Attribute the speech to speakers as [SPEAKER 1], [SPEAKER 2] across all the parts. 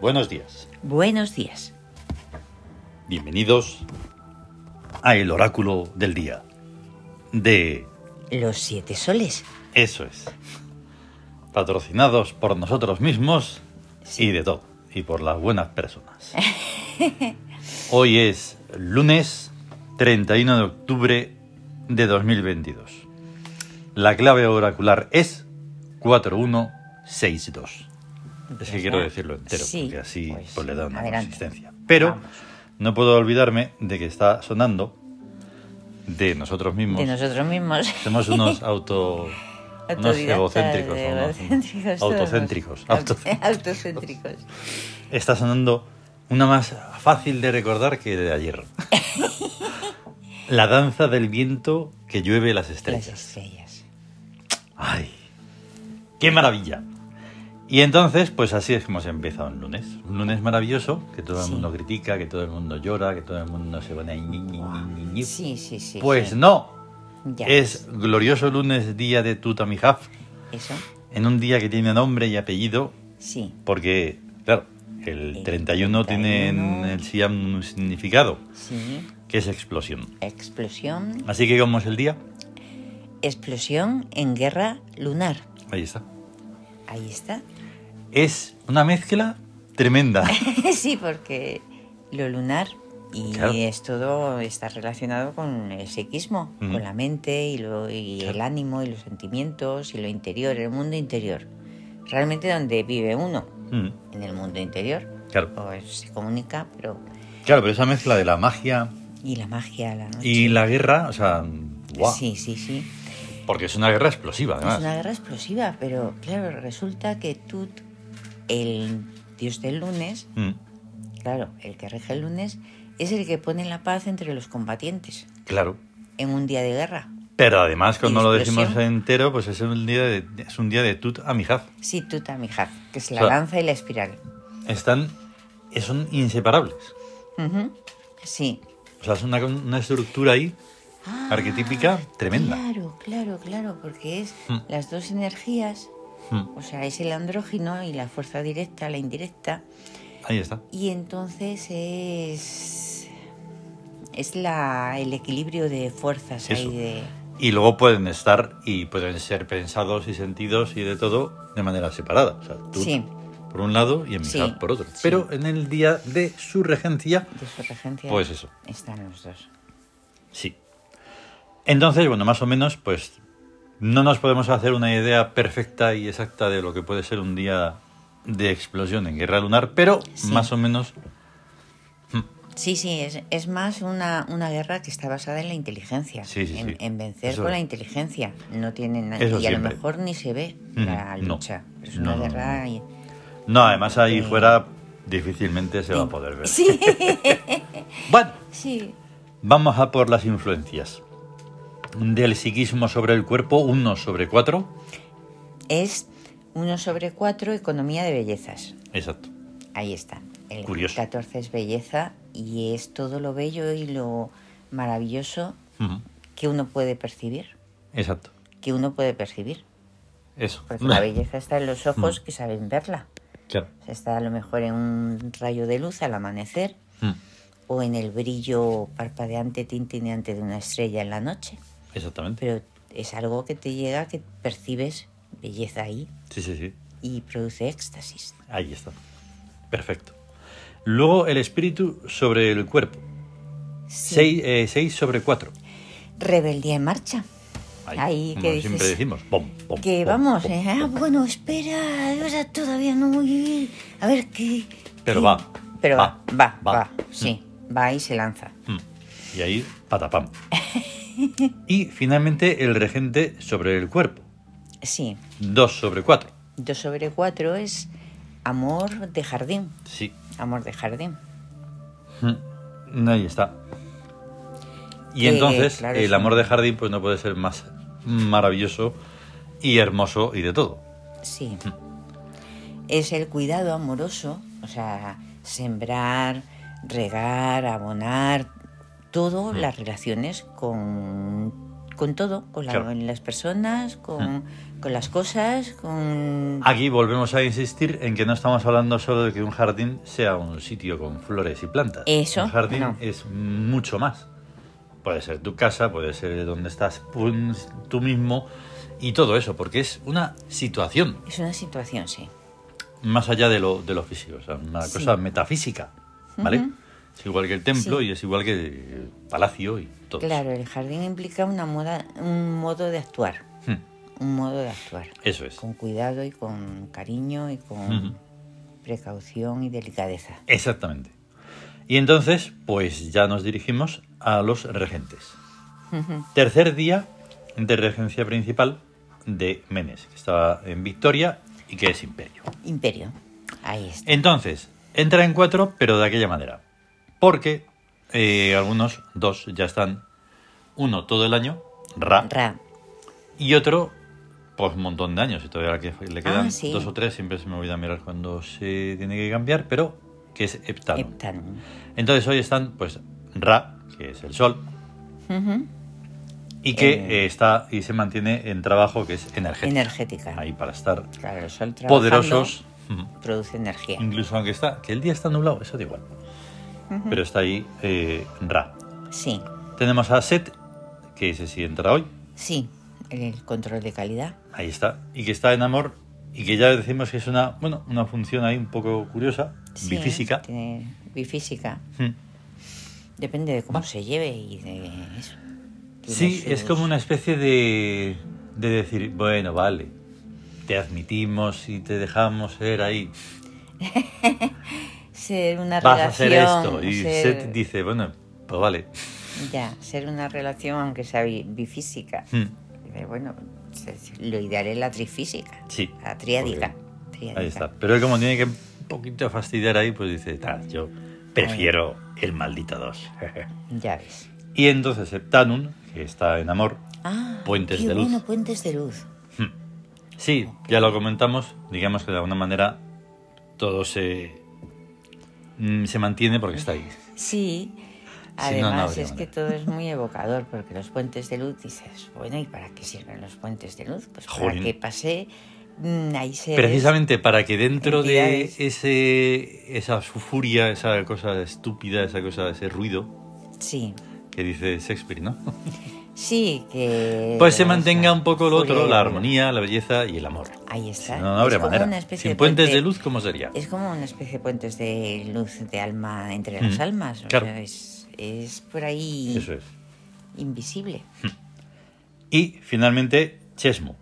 [SPEAKER 1] Buenos días.
[SPEAKER 2] Buenos días.
[SPEAKER 1] Bienvenidos a el oráculo del día. De
[SPEAKER 2] Los siete soles.
[SPEAKER 1] eso es. Patrocinados por nosotros mismos y de todo. Y por las buenas personas. Hoy es lunes 31 de octubre de 2022. La clave oracular es 4162. Es que quiero decirlo entero,
[SPEAKER 2] Sí,
[SPEAKER 1] porque así
[SPEAKER 2] pues
[SPEAKER 1] pues, le da una
[SPEAKER 2] adelante.
[SPEAKER 1] consistencia. Pero
[SPEAKER 2] Vamos.
[SPEAKER 1] no puedo olvidarme de que está sonando de nosotros mismos.
[SPEAKER 2] De nosotros mismos.
[SPEAKER 1] Somos unos auto... unos
[SPEAKER 2] Autodidactas,
[SPEAKER 1] egocéntricos. o unos
[SPEAKER 2] egocéntricos todos.
[SPEAKER 1] autocéntricos.
[SPEAKER 2] Aut- Autocéntricos.
[SPEAKER 1] Está sonando una más fácil de recordar que de ayer. La danza del viento que llueve las
[SPEAKER 2] Las
[SPEAKER 1] estrellas.
[SPEAKER 2] estrellas.
[SPEAKER 1] ¡Ay! ¡Qué maravilla! Y entonces, pues así es como se empieza un lunes. Un lunes maravilloso, que todo el
[SPEAKER 2] Sí.
[SPEAKER 1] mundo critica, que todo el mundo llora, que todo el mundo se pone... ahí, ñi, ñi, ñi, ñi, ñi.
[SPEAKER 2] Sí, sí, sí.
[SPEAKER 1] Pues
[SPEAKER 2] sí.
[SPEAKER 1] no,
[SPEAKER 2] Ya
[SPEAKER 1] es glorioso lunes día de Tutamijaf,
[SPEAKER 2] Eso,
[SPEAKER 1] en un día que tiene nombre y apellido,
[SPEAKER 2] sí.
[SPEAKER 1] porque, claro, el
[SPEAKER 2] El
[SPEAKER 1] 31 tiene en
[SPEAKER 2] 31.
[SPEAKER 1] el Siam un significado,
[SPEAKER 2] Sí.
[SPEAKER 1] que es explosión.
[SPEAKER 2] Explosión.
[SPEAKER 1] Así que, ¿cómo es el día?
[SPEAKER 2] Explosión en guerra lunar.
[SPEAKER 1] Ahí está.
[SPEAKER 2] Ahí está.
[SPEAKER 1] Es una mezcla tremenda.
[SPEAKER 2] sí, porque lo lunar y
[SPEAKER 1] Claro.
[SPEAKER 2] es todo está relacionado con el psiquismo,
[SPEAKER 1] Mm.
[SPEAKER 2] con la mente y, lo, y
[SPEAKER 1] Claro.
[SPEAKER 2] el ánimo y los sentimientos y lo interior, el mundo interior. Realmente donde vive uno,
[SPEAKER 1] Mm,
[SPEAKER 2] en el mundo interior,
[SPEAKER 1] claro.
[SPEAKER 2] pues se comunica, pero
[SPEAKER 1] Claro, pero esa mezcla de la magia
[SPEAKER 2] y la magia, la noche.
[SPEAKER 1] y la guerra, o sea, guau.
[SPEAKER 2] Sí, sí, sí.
[SPEAKER 1] Porque es una guerra explosiva,
[SPEAKER 2] Es una
[SPEAKER 1] además.
[SPEAKER 2] guerra explosiva, pero claro, resulta que tú, el dios del lunes,
[SPEAKER 1] Mm,
[SPEAKER 2] claro, el que rige el lunes, es el que pone la paz entre los combatientes
[SPEAKER 1] claro.
[SPEAKER 2] en un día de guerra.
[SPEAKER 1] Pero además, cuando lo decimos
[SPEAKER 2] Explosión.
[SPEAKER 1] entero, pues es un día de, es un día de Tut Amijaf.
[SPEAKER 2] Sí, Tutamijaf, que es la
[SPEAKER 1] Claro.
[SPEAKER 2] lanza y la espiral.
[SPEAKER 1] Están, son inseparables.
[SPEAKER 2] Ujú. Sí.
[SPEAKER 1] O sea, es una, una estructura ahí
[SPEAKER 2] Ah,
[SPEAKER 1] arquetípica tremenda.
[SPEAKER 2] Claro, claro, claro, porque es
[SPEAKER 1] Mm.
[SPEAKER 2] las dos energías,
[SPEAKER 1] Mm,
[SPEAKER 2] o sea, es el andrógino y la fuerza directa, la indirecta,
[SPEAKER 1] ahí está.
[SPEAKER 2] y entonces es es la el equilibrio de fuerzas
[SPEAKER 1] Eso.
[SPEAKER 2] ahí de
[SPEAKER 1] Y luego pueden estar y pueden ser pensados y sentidos y de todo de manera separada. O sea, Tut
[SPEAKER 2] Sí.
[SPEAKER 1] por un lado y Amijaf
[SPEAKER 2] Sí,
[SPEAKER 1] por otro.
[SPEAKER 2] sí.
[SPEAKER 1] Pero en el día de su regencia,
[SPEAKER 2] de su regencia.
[SPEAKER 1] pues eso.
[SPEAKER 2] Están los dos.
[SPEAKER 1] Sí. Entonces, bueno, más o menos, pues no nos podemos hacer una idea perfecta y exacta de lo que puede ser un día de explosión en guerra lunar, pero
[SPEAKER 2] Sí.
[SPEAKER 1] más o menos,
[SPEAKER 2] Sí, sí, es, es más una, una guerra que está basada en la inteligencia,
[SPEAKER 1] Sí, sí,
[SPEAKER 2] en,
[SPEAKER 1] sí.
[SPEAKER 2] en vencer
[SPEAKER 1] Eso
[SPEAKER 2] con
[SPEAKER 1] es.
[SPEAKER 2] la inteligencia. No tienen na-
[SPEAKER 1] Eso
[SPEAKER 2] y a lo
[SPEAKER 1] siempre.
[SPEAKER 2] mejor ni se ve
[SPEAKER 1] Ujú,
[SPEAKER 2] la
[SPEAKER 1] no.
[SPEAKER 2] lucha. Es una
[SPEAKER 1] No, no,
[SPEAKER 2] guerra y-
[SPEAKER 1] no, además ahí
[SPEAKER 2] Eh,
[SPEAKER 1] fuera difícilmente se va a poder ver.
[SPEAKER 2] Sí,
[SPEAKER 1] Bueno,
[SPEAKER 2] sí.
[SPEAKER 1] vamos a por las influencias del psiquismo sobre el cuerpo, 1 sobre 4,
[SPEAKER 2] Es 1 sobre 4 economía de bellezas.
[SPEAKER 1] exacto,
[SPEAKER 2] Ahí está. El
[SPEAKER 1] Curioso.
[SPEAKER 2] 14 es belleza y es todo lo bello y lo maravilloso
[SPEAKER 1] Ujú,
[SPEAKER 2] que uno puede percibir.
[SPEAKER 1] exacto,
[SPEAKER 2] Que uno puede percibir.
[SPEAKER 1] eso.
[SPEAKER 2] Porque la belleza está en los
[SPEAKER 1] Mm.
[SPEAKER 2] ojos que saben verla.
[SPEAKER 1] Claro.
[SPEAKER 2] O sea, está a lo mejor en un rayo de luz al amanecer
[SPEAKER 1] Mm,
[SPEAKER 2] o en el brillo parpadeante, tintineante de una estrella en la noche.
[SPEAKER 1] Exactamente.
[SPEAKER 2] Pero es algo que te llega, que percibes belleza ahí
[SPEAKER 1] Sí, sí, sí.
[SPEAKER 2] y produce éxtasis.
[SPEAKER 1] Ahí está. Perfecto. Luego el espíritu sobre el cuerpo. 6 sobre 4.
[SPEAKER 2] Rebeldía en marcha. Ahí,
[SPEAKER 1] como
[SPEAKER 2] ¿qué dices?
[SPEAKER 1] siempre decimos. Pom, pom,
[SPEAKER 2] Que
[SPEAKER 1] pom,
[SPEAKER 2] vamos,
[SPEAKER 1] pom,
[SPEAKER 2] eh,
[SPEAKER 1] pom.
[SPEAKER 2] ah, bueno, espera, o sea, todavía no voy a ver qué...
[SPEAKER 1] Pero
[SPEAKER 2] qué-
[SPEAKER 1] va,
[SPEAKER 2] Pero
[SPEAKER 1] va,
[SPEAKER 2] va,
[SPEAKER 1] va.
[SPEAKER 2] va, va, sí, va y se lanza.
[SPEAKER 1] Mm. Y ahí, patapam. y finalmente el regente sobre el cuerpo.
[SPEAKER 2] Sí,
[SPEAKER 1] 2 sobre 4.
[SPEAKER 2] 2 sobre 4 es amor de jardín,
[SPEAKER 1] Sí.
[SPEAKER 2] amor de jardín.
[SPEAKER 1] Mm. Ahí está. Y
[SPEAKER 2] Que,
[SPEAKER 1] entonces,
[SPEAKER 2] claro,
[SPEAKER 1] el
[SPEAKER 2] es
[SPEAKER 1] amor
[SPEAKER 2] un-
[SPEAKER 1] de jardín pues no puede ser más maravilloso y hermoso y de todo.
[SPEAKER 2] Sí. Es el cuidado amoroso, o sea, sembrar, regar, abonar, todo las relaciones con, con todo, con la-
[SPEAKER 1] Claro.
[SPEAKER 2] con las personas, con, con las cosas, con...
[SPEAKER 1] Aquí volvemos a insistir en que no estamos hablando solo de que un jardín sea un sitio con flores y plantas.
[SPEAKER 2] Eso,
[SPEAKER 1] Un jardín
[SPEAKER 2] no.
[SPEAKER 1] es mucho más. Puede ser tu casa, puede ser donde estás pun- tú mismo y todo eso, porque es una situación
[SPEAKER 2] Es una situación, sí.
[SPEAKER 1] más allá de lo, de lo físico, o sea, una
[SPEAKER 2] Sí.
[SPEAKER 1] cosa metafísica, ¿vale?
[SPEAKER 2] Ujú.
[SPEAKER 1] Es igual que el templo
[SPEAKER 2] Sí.
[SPEAKER 1] y es igual que el palacio y todo. eso.
[SPEAKER 2] Claro, el jardín implica una moda, un modo de actuar,
[SPEAKER 1] Hmm,
[SPEAKER 2] un modo de actuar.
[SPEAKER 1] Eso es.
[SPEAKER 2] Con cuidado y con cariño y con
[SPEAKER 1] Ujú.
[SPEAKER 2] precaución y delicadeza.
[SPEAKER 1] Exactamente. Y entonces, pues ya nos dirigimos a los regentes. Tercer día de regencia principal de Menes, que estaba en Victoria y que es imperio.
[SPEAKER 2] Imperio. Ahí está.
[SPEAKER 1] Entonces, entra en cuatro, pero de aquella manera. Porque eh, algunos, dos, ya están. Uno todo el año, Ra,
[SPEAKER 2] Ra.
[SPEAKER 1] y otro, pues un montón de años. Y todavía le que- le quedan
[SPEAKER 2] Ah, sí.
[SPEAKER 1] dos o tres, siempre se me olvida mirar cuando se tiene que cambiar, pero que es heptano.
[SPEAKER 2] Heptano.
[SPEAKER 1] Entonces hoy están, pues, Ra, que es el sol,
[SPEAKER 2] Ujú.
[SPEAKER 1] y que
[SPEAKER 2] Eh.
[SPEAKER 1] eh, está y se mantiene en trabajo, que es energética.
[SPEAKER 2] Energética.
[SPEAKER 1] Ahí para estar
[SPEAKER 2] Claro, el sol trabajando
[SPEAKER 1] poderosos. Mm.
[SPEAKER 2] produce energía.
[SPEAKER 1] Incluso aunque está, que el día está nublado, eso da igual. Pero está ahí eh, Ra.
[SPEAKER 2] Sí,
[SPEAKER 1] Tenemos a Set, que ese sí entra hoy,
[SPEAKER 2] sí. El control de calidad.
[SPEAKER 1] ahí está, y que está en amor, y que ya decimos que es una, bueno, una función ahí un poco curiosa,
[SPEAKER 2] Sí,
[SPEAKER 1] bifísica.
[SPEAKER 2] tiene bifísica.
[SPEAKER 1] Mm.
[SPEAKER 2] Depende de cómo se lleve y de eso. Tiene
[SPEAKER 1] Sí, es
[SPEAKER 2] sus-
[SPEAKER 1] como una especie de, de decir, bueno, vale, te admitimos y te dejamos ser ahí,
[SPEAKER 2] Ser una
[SPEAKER 1] vas a hacer
[SPEAKER 2] relación.
[SPEAKER 1] esto. Y
[SPEAKER 2] ser-
[SPEAKER 1] Seth dice, bueno, pues vale.
[SPEAKER 2] Ya, ser una relación aunque sea bi- bifísica.
[SPEAKER 1] Mm.
[SPEAKER 2] Pero bueno, se- se- lo ideal es la trifísica.
[SPEAKER 1] Sí,
[SPEAKER 2] La triádica. triádica.
[SPEAKER 1] Ahí está. Pero él como tiene que un poquito fastidiar ahí, pues dice, "Ta, yo prefiero el maldito 2.
[SPEAKER 2] Ya ves.
[SPEAKER 1] y entonces Septanum, que está en amor,
[SPEAKER 2] Ah,
[SPEAKER 1] Puentes
[SPEAKER 2] qué
[SPEAKER 1] de luz.
[SPEAKER 2] bueno, puentes de luz.
[SPEAKER 1] sí, ya lo comentamos, digamos que de alguna manera todo se, mm, se mantiene porque está ahí.
[SPEAKER 2] Sí.
[SPEAKER 1] Si no, no
[SPEAKER 2] Además
[SPEAKER 1] habría
[SPEAKER 2] es que
[SPEAKER 1] manera.
[SPEAKER 2] todo es muy evocador porque los puentes de luz dices, bueno, ¿y para qué sirven los puentes de luz? Pues
[SPEAKER 1] Jolín.
[SPEAKER 2] para que pase mm, ahí se
[SPEAKER 1] Precisamente para que dentro de
[SPEAKER 2] Entidades.
[SPEAKER 1] ese, esa furia, esa cosa estúpida, esa cosa, ese ruido
[SPEAKER 2] Sí.
[SPEAKER 1] que dice Shakespeare, ¿no?
[SPEAKER 2] Sí, que
[SPEAKER 1] Pues se
[SPEAKER 2] esa
[SPEAKER 1] mantenga un poco lo
[SPEAKER 2] furia
[SPEAKER 1] otro,
[SPEAKER 2] y
[SPEAKER 1] la
[SPEAKER 2] amor.
[SPEAKER 1] armonía, la belleza y el amor.
[SPEAKER 2] Ahí está.
[SPEAKER 1] No, no habría
[SPEAKER 2] Es como una
[SPEAKER 1] manera.
[SPEAKER 2] especie
[SPEAKER 1] Sin
[SPEAKER 2] de
[SPEAKER 1] puentes de
[SPEAKER 2] puente.
[SPEAKER 1] luz, ¿cómo sería?
[SPEAKER 2] Es como una especie de puentes de luz de alma entre las
[SPEAKER 1] Mm,
[SPEAKER 2] almas. o
[SPEAKER 1] claro.
[SPEAKER 2] sea, es, es por ahí
[SPEAKER 1] Eso es. Mm.
[SPEAKER 2] invisible.
[SPEAKER 1] Y finalmente, Chesmo,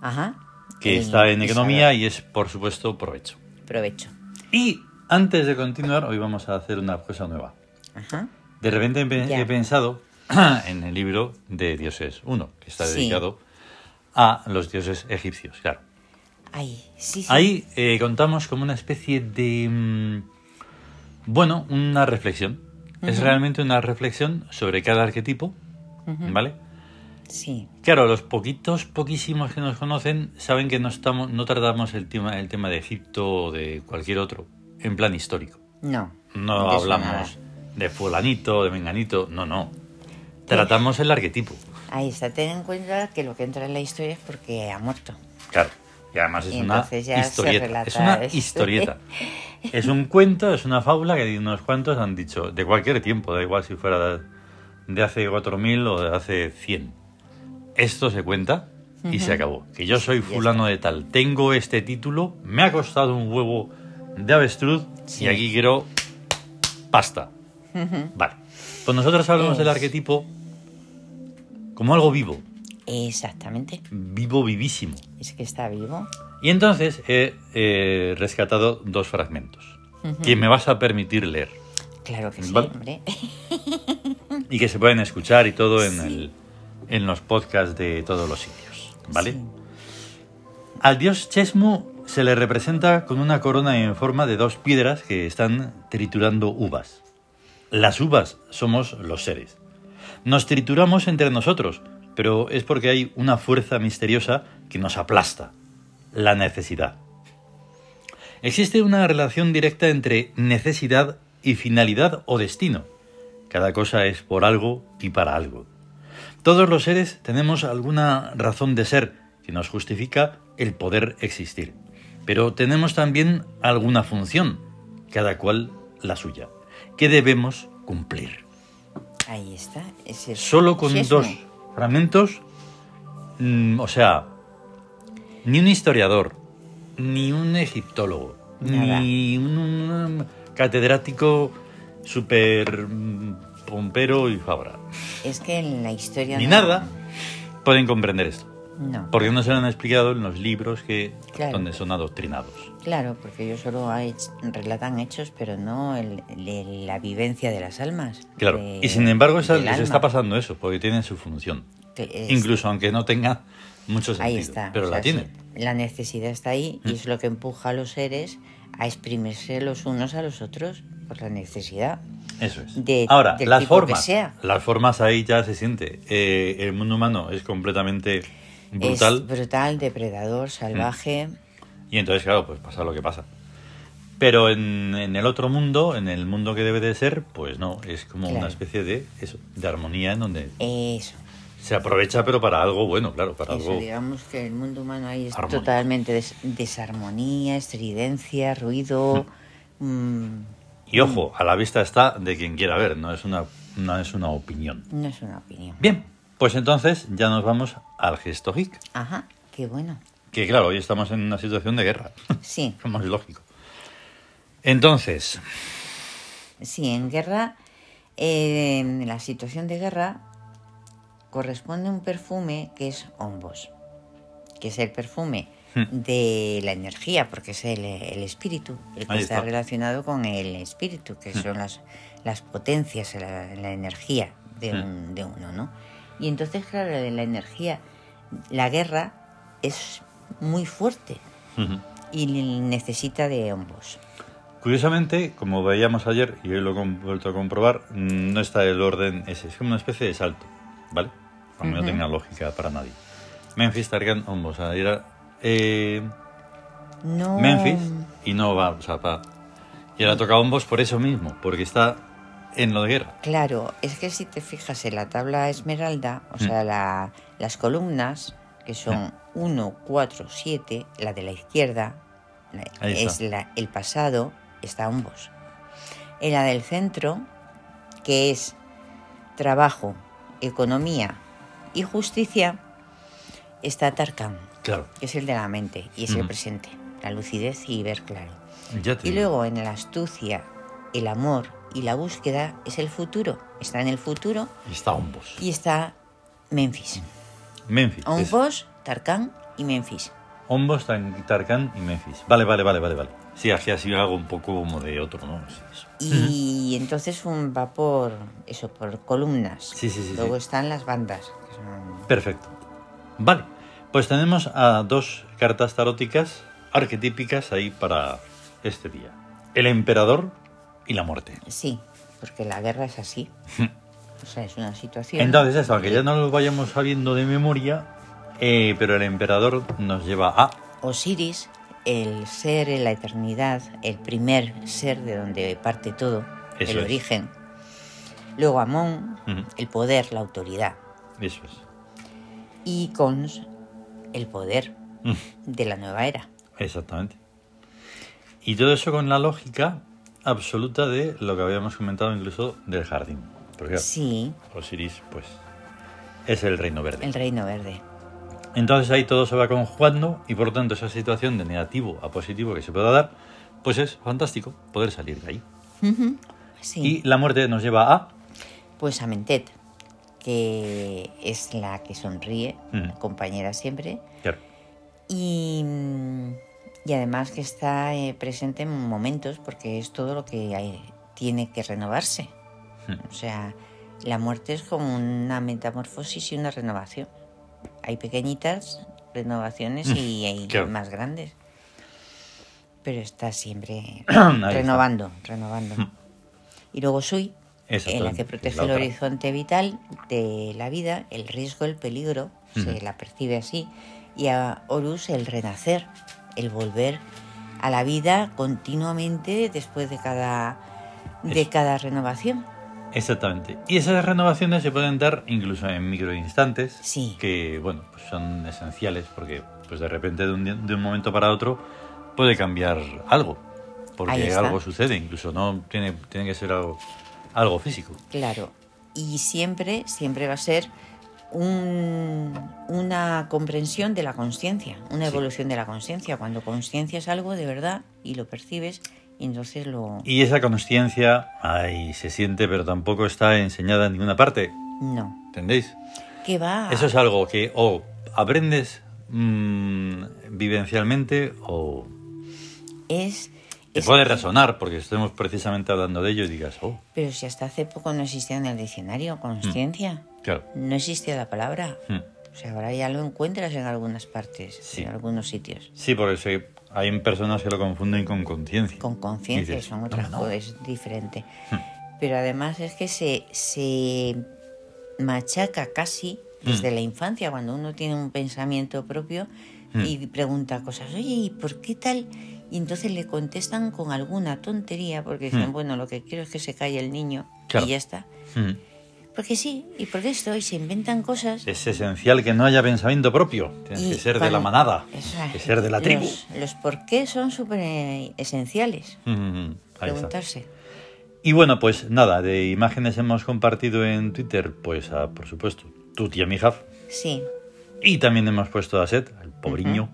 [SPEAKER 2] Ajá. Eh,
[SPEAKER 1] que
[SPEAKER 2] El
[SPEAKER 1] está en
[SPEAKER 2] pisador.
[SPEAKER 1] economía y es, por supuesto, provecho.
[SPEAKER 2] Provecho.
[SPEAKER 1] Y antes de continuar, hoy vamos a hacer una cosa nueva.
[SPEAKER 2] Ajá.
[SPEAKER 1] De repente he, pe-
[SPEAKER 2] Ya.
[SPEAKER 1] he pensado en el libro de Dioses 1, que está
[SPEAKER 2] Sí.
[SPEAKER 1] dedicado a los dioses egipcios, claro.
[SPEAKER 2] Ahí, sí, sí.
[SPEAKER 1] Ahí eh, contamos como una especie de... mm, bueno, una reflexión. Es realmente una reflexión sobre cada arquetipo, ¿vale?
[SPEAKER 2] Sí.
[SPEAKER 1] Claro, los poquitos, poquísimos que nos conocen saben que no, estamos, no tratamos el tema, el tema de Egipto o de cualquier otro en plan histórico.
[SPEAKER 2] No.
[SPEAKER 1] No
[SPEAKER 2] de eso
[SPEAKER 1] hablamos
[SPEAKER 2] nada.
[SPEAKER 1] de fulanito, de menganito, no, no. Tratamos el arquetipo.
[SPEAKER 2] Ahí está. Ten en cuenta que lo que entra en la historia es porque ha muerto.
[SPEAKER 1] Claro. Y además es
[SPEAKER 2] Y
[SPEAKER 1] una
[SPEAKER 2] entonces ya se
[SPEAKER 1] historieta.
[SPEAKER 2] relata
[SPEAKER 1] Es una
[SPEAKER 2] eso.
[SPEAKER 1] historieta. es un cuento, es una fábula que unos cuantos han dicho, de cualquier tiempo, da igual si fuera de, de hace 4.000 o de hace 100. Esto se cuenta y se acabó. Que yo soy
[SPEAKER 2] ya
[SPEAKER 1] fulano de tal, tengo este título, me ha costado un huevo de avestruz
[SPEAKER 2] Sí.
[SPEAKER 1] y aquí quiero pasta. Vale. Pues nosotros hablamos del
[SPEAKER 2] Es.
[SPEAKER 1] arquetipo como algo vivo,
[SPEAKER 2] Exactamente.
[SPEAKER 1] vivo, vivísimo.
[SPEAKER 2] Es que está vivo.
[SPEAKER 1] Y entonces he eh, rescatado dos fragmentos que me vas a permitir leer
[SPEAKER 2] Claro que sí,
[SPEAKER 1] Vale.
[SPEAKER 2] hombre.
[SPEAKER 1] y que se pueden escuchar y todo en,
[SPEAKER 2] Sí.
[SPEAKER 1] el, en los podcasts de todos los sitios. ¿Vale?
[SPEAKER 2] Sí.
[SPEAKER 1] Al dios Chesmu se le representa con una corona en forma de dos piedras que están triturando uvas. Las uvas somos los seres. Nos trituramos entre nosotros, pero es porque hay una fuerza misteriosa que nos aplasta, la necesidad. Existe una relación directa entre necesidad y finalidad o destino. Cada cosa es por algo y para algo. Todos los seres tenemos alguna razón de ser que nos justifica el poder existir, pero tenemos también alguna función, cada cual la suya, que debemos cumplir.
[SPEAKER 2] Ahí está. es el-
[SPEAKER 1] Solo con
[SPEAKER 2] sí, es
[SPEAKER 1] dos
[SPEAKER 2] un-
[SPEAKER 1] fragmentos, mm, o sea, ni un historiador, ni un egiptólogo,
[SPEAKER 2] Nada.
[SPEAKER 1] ni un, un catedrático super mm, pompero y fabra,
[SPEAKER 2] Es que en la historia...
[SPEAKER 1] ni
[SPEAKER 2] no-
[SPEAKER 1] nada, pueden comprender esto.
[SPEAKER 2] No.
[SPEAKER 1] Porque no se lo han explicado en los libros que,
[SPEAKER 2] Claro.
[SPEAKER 1] donde son adoctrinados.
[SPEAKER 2] Claro, porque ellos solo ha hech- relatan hechos, pero no el- el- la vivencia de las almas.
[SPEAKER 1] Claro.
[SPEAKER 2] de-
[SPEAKER 1] y sin embargo esa-
[SPEAKER 2] del
[SPEAKER 1] les
[SPEAKER 2] alma.
[SPEAKER 1] está pasando eso, porque tienen su función.
[SPEAKER 2] Que es-
[SPEAKER 1] Incluso aunque no tenga mucho sentido.
[SPEAKER 2] Ahí está.
[SPEAKER 1] Pues Pero
[SPEAKER 2] o
[SPEAKER 1] la Mm.
[SPEAKER 2] sea,
[SPEAKER 1] tienen.
[SPEAKER 2] sí, La necesidad está ahí y es lo que empuja a los seres a exprimirse los unos a los otros por la necesidad.
[SPEAKER 1] Eso es.
[SPEAKER 2] de-
[SPEAKER 1] Ahora,
[SPEAKER 2] del
[SPEAKER 1] las
[SPEAKER 2] tipo que
[SPEAKER 1] formas.
[SPEAKER 2] sea.
[SPEAKER 1] Las formas ahí ya se siente. Eh, el mundo humano es completamente brutal. Mm.
[SPEAKER 2] Es brutal, depredador, salvaje.
[SPEAKER 1] Y entonces, claro, pues pasa lo que pasa. Pero en, en el otro mundo, en el mundo que debe de ser, pues no, es como
[SPEAKER 2] Claro.
[SPEAKER 1] una especie de eso, de armonía en donde
[SPEAKER 2] Eso.
[SPEAKER 1] se aprovecha, pero para algo bueno, claro, para
[SPEAKER 2] Eso,
[SPEAKER 1] algo
[SPEAKER 2] digamos que el mundo humano ahí es
[SPEAKER 1] Armónico.
[SPEAKER 2] totalmente des- desarmonía, estridencia, ruido. mm,
[SPEAKER 1] Y ojo, a la vista está de quien quiera ver, no es una, no es una opinión.
[SPEAKER 2] no es una opinión.
[SPEAKER 1] Bien, pues entonces ya nos vamos al gesto hic,
[SPEAKER 2] Ajá, qué bueno.
[SPEAKER 1] que claro, hoy estamos en una situación de guerra,
[SPEAKER 2] Sí,
[SPEAKER 1] como es lógico. Entonces,
[SPEAKER 2] sí, en guerra, eh, en la situación de guerra, corresponde un perfume que es hombos, que es el perfume
[SPEAKER 1] Hmm.
[SPEAKER 2] de la energía, porque es el, el espíritu, el que
[SPEAKER 1] Ahí
[SPEAKER 2] está,
[SPEAKER 1] está. Hmm.
[SPEAKER 2] relacionado con el espíritu, que son las, las potencias, la, la energía de,
[SPEAKER 1] Hmm.
[SPEAKER 2] un- de uno, ¿no? Y entonces, claro, la energía, la guerra es muy fuerte
[SPEAKER 1] ujú,
[SPEAKER 2] y necesita de hombos.
[SPEAKER 1] curiosamente, como veíamos ayer y hoy lo he com- vuelto a comprobar, mm, no está el orden ese, es como una especie de salto, ¿vale? Aunque no
[SPEAKER 2] Ujú.
[SPEAKER 1] tenga lógica para nadie. Memphis Targan Hombos, a ir a- eh,
[SPEAKER 2] No...
[SPEAKER 1] Memphis y no va, o sea, va. Y ahora toca hombos por eso mismo, porque está en lo de guerra.
[SPEAKER 2] Claro, es que si te fijas en la tabla esmeralda, o
[SPEAKER 1] Mm.
[SPEAKER 2] sea, la- las columnas, que son 1, 4, 7, la de la izquierda la-
[SPEAKER 1] Ahí
[SPEAKER 2] es
[SPEAKER 1] está.
[SPEAKER 2] la- el pasado, está ambos. En la del centro, que es trabajo, economía y justicia, está Tarkan,
[SPEAKER 1] Claro.
[SPEAKER 2] que es el de la mente y es el
[SPEAKER 1] Ujú.
[SPEAKER 2] presente, la lucidez y ver claro.
[SPEAKER 1] Ya te
[SPEAKER 2] Y
[SPEAKER 1] digo.
[SPEAKER 2] luego en la astucia, el amor y la búsqueda es el futuro. Está en el futuro
[SPEAKER 1] Está hombos.
[SPEAKER 2] y está Memphis.
[SPEAKER 1] Memphis. es-
[SPEAKER 2] Hombos, Tarkan y Memphis.
[SPEAKER 1] Hombos, Tan- Tarkan y Memphis. Vale, vale, vale, vale, vale. Sí, así ha sido algo un poco como de otro, ¿no? Sí, eso.
[SPEAKER 2] Y entonces un va por eso, por columnas.
[SPEAKER 1] Sí, sí, sí,
[SPEAKER 2] Luego
[SPEAKER 1] sí.
[SPEAKER 2] están las bandas. que son-
[SPEAKER 1] Perfecto. Vale. Pues tenemos a dos cartas taróticas arquetípicas ahí para este día. El emperador y la muerte.
[SPEAKER 2] Sí, porque la guerra es así. O sea, es una situación.
[SPEAKER 1] Entonces, eso, aunque ya no lo vayamos sabiendo de memoria, eh, pero el emperador nos lleva a.
[SPEAKER 2] Osiris, el ser en la eternidad, el primer ser de donde parte todo,
[SPEAKER 1] Eso
[SPEAKER 2] el
[SPEAKER 1] es.
[SPEAKER 2] origen. Luego Amón,
[SPEAKER 1] Ujú.
[SPEAKER 2] el poder, la autoridad.
[SPEAKER 1] Eso es.
[SPEAKER 2] Y Cons, el poder
[SPEAKER 1] Mm,
[SPEAKER 2] de la nueva era.
[SPEAKER 1] Exactamente. Y todo eso con la lógica absoluta de lo que habíamos comentado incluso del jardín. Porque
[SPEAKER 2] Sí,
[SPEAKER 1] Osiris, pues, es el reino verde.
[SPEAKER 2] el reino verde.
[SPEAKER 1] Entonces ahí todo se va conjugando y por lo tanto esa situación de negativo a positivo que se pueda dar, pues es fantástico poder salir de ahí.
[SPEAKER 2] Ujú, Sí.
[SPEAKER 1] Y la muerte nos lleva a...
[SPEAKER 2] Pues Amentet, que es la que sonríe,
[SPEAKER 1] Mm.
[SPEAKER 2] compañera siempre.
[SPEAKER 1] Claro.
[SPEAKER 2] Y, mm, y además que está eh, presente en momentos porque es todo lo que hay- tiene que renovarse.
[SPEAKER 1] Mm.
[SPEAKER 2] O sea, la muerte es como una metamorfosis y una renovación. Hay pequeñitas renovaciones y hay
[SPEAKER 1] Hmm, claro.
[SPEAKER 2] más grandes. Pero está siempre
[SPEAKER 1] Ahí está. Hmm.
[SPEAKER 2] renovando, renovando. Y luego Sui, en la
[SPEAKER 1] Exactamente,
[SPEAKER 2] que
[SPEAKER 1] es
[SPEAKER 2] protege
[SPEAKER 1] la
[SPEAKER 2] el
[SPEAKER 1] otra.
[SPEAKER 2] horizonte vital de la vida, el riesgo, el peligro, se
[SPEAKER 1] Ujú.
[SPEAKER 2] la percibe así. Y a Horus el renacer, el volver a la vida continuamente después de cada, de
[SPEAKER 1] Eso.
[SPEAKER 2] cada renovación.
[SPEAKER 1] Exactamente. Y esas renovaciones se pueden dar incluso en microinstantes,
[SPEAKER 2] Sí.
[SPEAKER 1] que bueno, pues son esenciales porque pues de repente de un, di- de un momento para otro puede cambiar algo,
[SPEAKER 2] Ahí
[SPEAKER 1] porque
[SPEAKER 2] está.
[SPEAKER 1] algo sucede, incluso no tiene, tiene que ser algo, algo físico.
[SPEAKER 2] Claro. Y siempre, siempre va a ser un- una comprensión de la conciencia, una
[SPEAKER 1] Sí.
[SPEAKER 2] evolución de la conciencia. Cuando conciencias algo de verdad y lo percibes, y entonces lo...
[SPEAKER 1] Y esa conciencia, ay, se siente, pero tampoco está enseñada en ninguna parte,
[SPEAKER 2] No.
[SPEAKER 1] ¿entendéis?
[SPEAKER 2] ¿Qué va?
[SPEAKER 1] Eso es algo que o aprendes mm, vivencialmente o
[SPEAKER 2] Es-
[SPEAKER 1] te
[SPEAKER 2] es-
[SPEAKER 1] puede resonar, porque estemos precisamente hablando de ello y digas, oh,
[SPEAKER 2] Pero si hasta hace poco no existía en el diccionario conciencia,
[SPEAKER 1] claro.
[SPEAKER 2] no existía la palabra.
[SPEAKER 1] Mm.
[SPEAKER 2] O sea, ahora ya lo encuentras en algunas partes,
[SPEAKER 1] Sí.
[SPEAKER 2] en algunos sitios.
[SPEAKER 1] Sí, porque se- hay personas que lo confunden con conciencia.
[SPEAKER 2] Con conciencia,
[SPEAKER 1] Dices,
[SPEAKER 2] son
[SPEAKER 1] "No,
[SPEAKER 2] otras
[SPEAKER 1] no". Mm.
[SPEAKER 2] cosas, es diferente. Pero además es que se, se machaca casi
[SPEAKER 1] Mm.
[SPEAKER 2] desde la infancia, cuando uno tiene un pensamiento propio
[SPEAKER 1] Mm.
[SPEAKER 2] y pregunta cosas, oye, ¿y por qué tal? Y entonces le contestan con alguna tontería, porque dicen,
[SPEAKER 1] Mm.
[SPEAKER 2] bueno, lo que quiero es que se calle el niño
[SPEAKER 1] Claro.
[SPEAKER 2] y ya está.
[SPEAKER 1] Mm.
[SPEAKER 2] Porque sí, y porque esto, y se inventan cosas.
[SPEAKER 1] Es esencial que no haya pensamiento propio. Tienes
[SPEAKER 2] Y
[SPEAKER 1] que ser de
[SPEAKER 2] cuando-
[SPEAKER 1] la manada.
[SPEAKER 2] Eso
[SPEAKER 1] Tienes
[SPEAKER 2] es.
[SPEAKER 1] que ser de la tribu.
[SPEAKER 2] Los, los por qué son súper eh, esenciales.
[SPEAKER 1] Mm, ahí está.
[SPEAKER 2] preguntarse.
[SPEAKER 1] Y bueno, pues nada, de imágenes hemos compartido en Twitter, pues a, por supuesto, tu tía Mijaf.
[SPEAKER 2] Sí,
[SPEAKER 1] Y también hemos puesto a Set, al pobriño.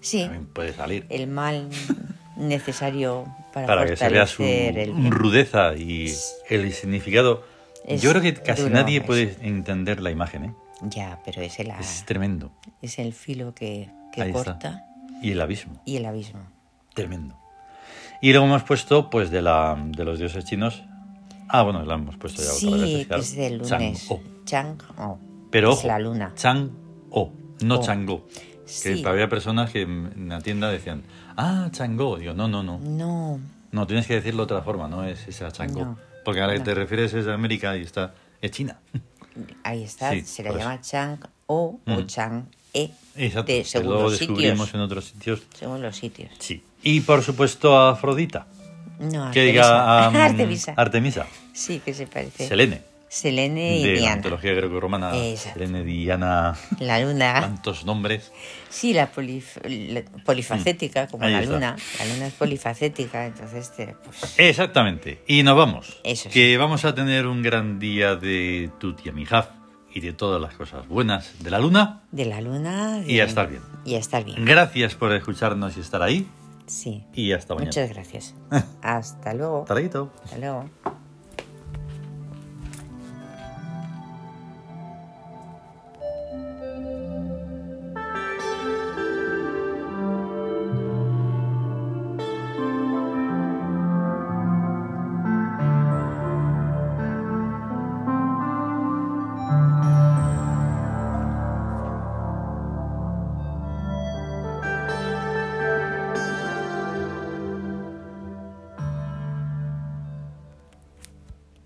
[SPEAKER 2] sí.
[SPEAKER 1] También puede salir.
[SPEAKER 2] El mal necesario Eh, para,
[SPEAKER 1] para que se vea su
[SPEAKER 2] fortalecer el bien.
[SPEAKER 1] rudeza y el significado.
[SPEAKER 2] Es
[SPEAKER 1] Yo creo que casi
[SPEAKER 2] duro,
[SPEAKER 1] nadie
[SPEAKER 2] es-
[SPEAKER 1] puede entender la imagen, ¿eh?
[SPEAKER 2] Ya, pero es el,
[SPEAKER 1] Es tremendo.
[SPEAKER 2] es el filo que, que
[SPEAKER 1] Este. Ahí está.
[SPEAKER 2] corta
[SPEAKER 1] Y el abismo.
[SPEAKER 2] y el abismo.
[SPEAKER 1] Tremendo. Y luego hemos puesto, pues, de, la, de los dioses chinos. Ah, bueno, la hemos puesto ya otra vez.
[SPEAKER 2] Sí, que
[SPEAKER 1] claro.
[SPEAKER 2] es del lunes.
[SPEAKER 1] Chang-o.
[SPEAKER 2] Chang
[SPEAKER 1] Pero
[SPEAKER 2] es
[SPEAKER 1] ojo,
[SPEAKER 2] la luna.
[SPEAKER 1] Chang-o, no
[SPEAKER 2] O.
[SPEAKER 1] Chango. Que
[SPEAKER 2] Sí.
[SPEAKER 1] había personas que en la tienda decían, ah, Chango. Digo, no, no, no.
[SPEAKER 2] No,
[SPEAKER 1] No, tienes que decirlo de otra forma, no es esa Chango.
[SPEAKER 2] No,
[SPEAKER 1] Porque ahora que
[SPEAKER 2] no.
[SPEAKER 1] te refieres es de América y está, es China.
[SPEAKER 2] ahí está.
[SPEAKER 1] Sí,
[SPEAKER 2] se le
[SPEAKER 1] por eso.
[SPEAKER 2] llama Chang o o
[SPEAKER 1] Mm.
[SPEAKER 2] Chang e.
[SPEAKER 1] Exacto.
[SPEAKER 2] de-
[SPEAKER 1] que
[SPEAKER 2] según
[SPEAKER 1] luego
[SPEAKER 2] los
[SPEAKER 1] descubrimos
[SPEAKER 2] sitios.
[SPEAKER 1] en otros sitios.
[SPEAKER 2] Según los sitios.
[SPEAKER 1] Sí. Y por supuesto a Afrodita.
[SPEAKER 2] No,
[SPEAKER 1] Que
[SPEAKER 2] Artemisa.
[SPEAKER 1] diga um,
[SPEAKER 2] Artemisa.
[SPEAKER 1] Artemisa.
[SPEAKER 2] Sí sí, que se parece.
[SPEAKER 1] Selene.
[SPEAKER 2] Selene y
[SPEAKER 1] de la
[SPEAKER 2] Eh, Diana. Ah.
[SPEAKER 1] antología greco-romana.
[SPEAKER 2] Exacto.
[SPEAKER 1] Selene, Diana,
[SPEAKER 2] La luna.
[SPEAKER 1] tantos nombres.
[SPEAKER 2] Sí, la, polif- la- polifacética, como
[SPEAKER 1] Ahí
[SPEAKER 2] la
[SPEAKER 1] está.
[SPEAKER 2] luna. La luna es polifacética, entonces, te- pues,
[SPEAKER 1] Exactamente. Y nos vamos.
[SPEAKER 2] Eso sí.
[SPEAKER 1] Que vamos a tener un gran día de Tuti Amijaf y de todas las cosas buenas de la luna.
[SPEAKER 2] de la luna. de-
[SPEAKER 1] Y a estar bien.
[SPEAKER 2] Y a estar bien,
[SPEAKER 1] Gracias por escucharnos y estar ahí.
[SPEAKER 2] sí.
[SPEAKER 1] Y hasta mañana. Ah.
[SPEAKER 2] Muchas gracias. Hasta luego.
[SPEAKER 1] Hasta luego.
[SPEAKER 2] Hasta luego.